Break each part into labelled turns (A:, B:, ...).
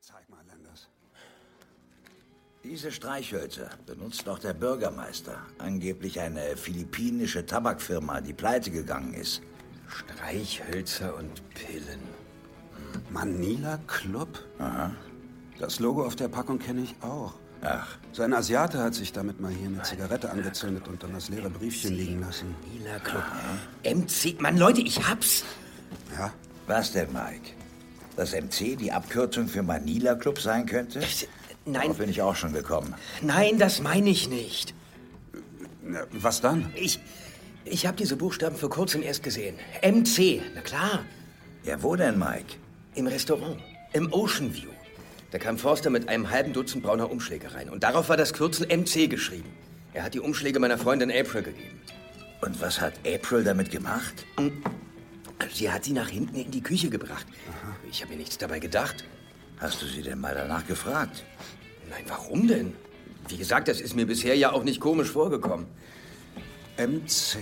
A: Zeig mal, Landers. Diese Streichhölzer benutzt doch der Bürgermeister. Angeblich eine philippinische Tabakfirma, die pleite gegangen ist.
B: Streichhölzer und Pillen.
A: Manila Club?
B: Aha.
A: Das Logo auf der Packung kenne ich auch.
B: Ach,
A: So ein Asiate hat sich damit mal hier eine Zigarette angezündet und dann das leere Briefchen liegen lassen.
B: Lila Club. MC. Mann, Leute, ich hab's.
A: Ja?
C: Was denn, Mike? Dass MC die Abkürzung für Manila Club sein könnte?
B: Nein,
C: Darauf bin ich auch schon gekommen.
B: nein, das meine ich nicht.
A: Na, was dann?
B: Ich. Ich habe diese Buchstaben vor kurzem erst gesehen. MC, na klar.
C: Ja, wo denn, Mike?
B: Im Restaurant. Im Ocean View. Da kam Forster mit einem halben Dutzend brauner Umschläge rein. Und darauf war das Kürzel MC geschrieben. Er hat die Umschläge meiner Freundin April gegeben.
C: Und was hat April damit gemacht?
B: Also Sie hat sie nach hinten in die Küche gebracht. Ich habe mir nichts dabei gedacht.
C: Hast du sie denn mal danach gefragt?
B: Nein, warum denn? Wie gesagt, das ist mir bisher ja auch nicht komisch vorgekommen.
A: MC,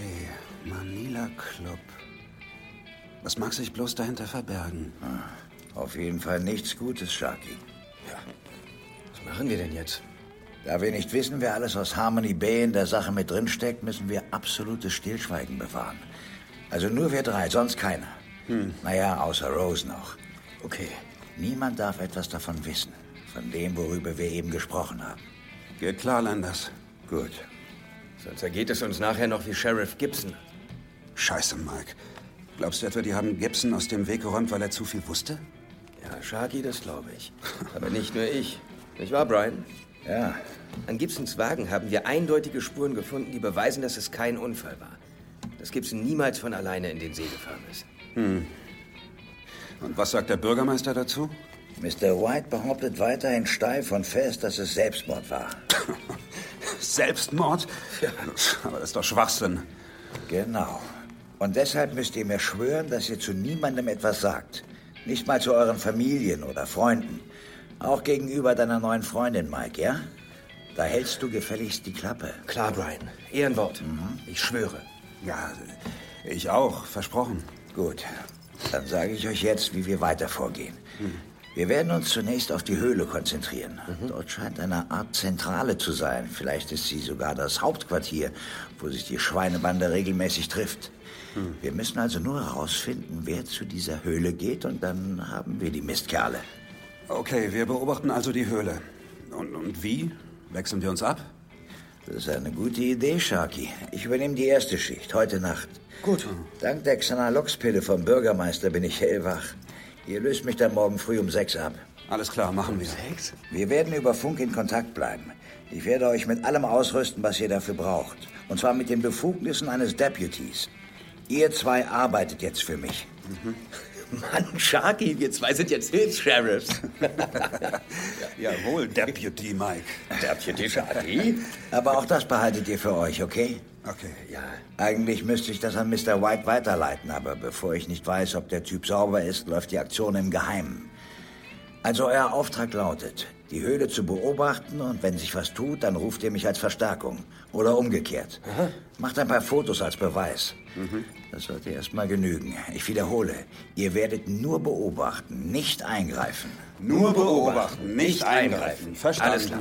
A: Manila Club. Was mag sich bloß dahinter verbergen?
C: Auf jeden Fall nichts Gutes, Sharky.
B: Was machen wir denn jetzt?
C: Da wir nicht wissen, wer alles aus Harmony Bay in der Sache mit drinsteckt, müssen wir absolutes Stillschweigen bewahren. Also nur wir drei, sonst keiner. Naja, außer Rose noch.
B: Okay.
C: Niemand darf etwas davon wissen. Von dem, worüber wir eben gesprochen haben.
A: Geht klar, Landers.
C: Gut.
B: Sonst ergeht es uns nachher noch wie Sheriff Gibson.
A: Scheiße, Mike. Glaubst du etwa, die haben Gibson aus dem Weg geräumt, weil er zu viel wusste?
B: Ja, Sharky, das glaube ich. Aber nicht nur ich. Nicht wahr, Brian?
C: Ja,
B: An Gibsons Wagen haben wir eindeutige Spuren gefunden, die beweisen, dass es kein Unfall war. Dass Gibson niemals von alleine in den See gefahren ist.
A: Und was sagt der Bürgermeister dazu?
C: Mr. White behauptet weiterhin steif und fest, dass es Selbstmord war.
A: Selbstmord? Aber das ist doch Schwachsinn.
C: Genau. Und deshalb müsst ihr mir schwören, dass ihr zu niemandem etwas sagt. Nicht mal zu euren Familien oder Freunden. Auch gegenüber deiner neuen Freundin, Mike, ja? Da hältst du gefälligst die Klappe. Mhm,
B: Klar, Brian. Ehrenwort. Ich schwöre.
A: Ja, ich auch, versprochen.
C: Gut, dann sage ich euch jetzt, wie wir weiter vorgehen. Wir werden uns zunächst auf die Höhle konzentrieren. Dort scheint eine Art Zentrale zu sein. Vielleicht ist sie sogar das Hauptquartier, wo sich die Schweinebande regelmäßig trifft. Wir müssen also nur herausfinden, wer zu dieser Höhle geht und dann haben wir die Mistkerle.
A: Okay, wir beobachten also die Höhle. Und, und wie? Wechseln wir uns ab?
C: Das ist eine gute Idee, Sharky. Ich übernehme die erste Schicht, heute Nacht.
B: Gut.
C: Dank der Xanalox-Pille vom Bürgermeister bin ich hellwach. Ihr löst mich dann morgen früh um sechs ab.
A: Alles klar, machen wir.
B: Sechs?
C: Wir werden über Funk in Kontakt bleiben. Ich werde euch mit allem ausrüsten, was ihr dafür braucht. Und zwar mit den Befugnissen eines Deputies. Ihr zwei arbeitet jetzt für mich.
B: Mann, Sharky, wir zwei sind jetzt Hilfs-Sheriffs.
A: Jawohl, Deputy Mike.
B: Deputy Sharky?
C: Aber auch das behaltet ihr für euch, okay?
A: Okay.
B: Ja,
C: Eigentlich müsste ich das an Mr. White weiterleiten, aber bevor ich nicht weiß, ob der Typ sauber ist, läuft die Aktion im Geheimen. Also euer Auftrag lautet, die Höhle zu beobachten und wenn sich was tut, dann ruft ihr mich als Verstärkung. Oder umgekehrt. Macht ein paar Fotos als Beweis. Das sollte erstmal genügen. Ich wiederhole, ihr werdet nur beobachten, nicht eingreifen.
A: Nur beobachten, nicht eingreifen. Verstanden.
B: Alles klar.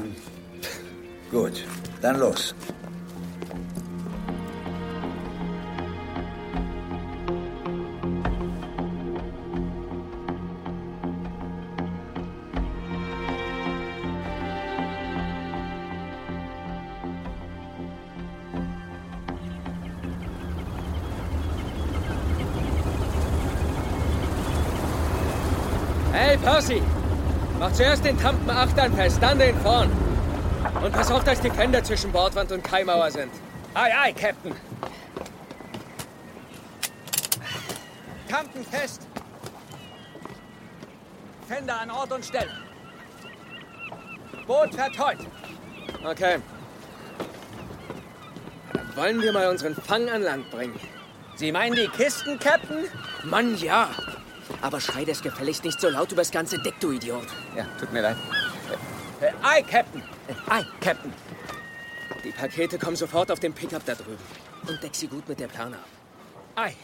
C: Gut, dann los.
D: Hey, Percy! Mach zuerst den Tampen Achtern fest, dann den vorn. Und pass auf, dass die Fender zwischen Bordwand und Kaimauer sind. Ei, ei, Captain! Tampen fest! Fender an Ort und Stelle. Boot verteut! Okay. Dann wollen wir mal unseren Fang an Land bringen. Sie meinen die Kisten, Captain? Mann, ja.
E: Aber schrei das gefälligst nicht so laut übers ganze Deck, du Idiot.
D: Ja, tut mir leid. Äh, ei, Captain!
E: Ei, Captain.
D: Die Pakete kommen sofort auf den Pickup da drüben.
E: Und deck sie gut mit der Plane ab.
D: Ei.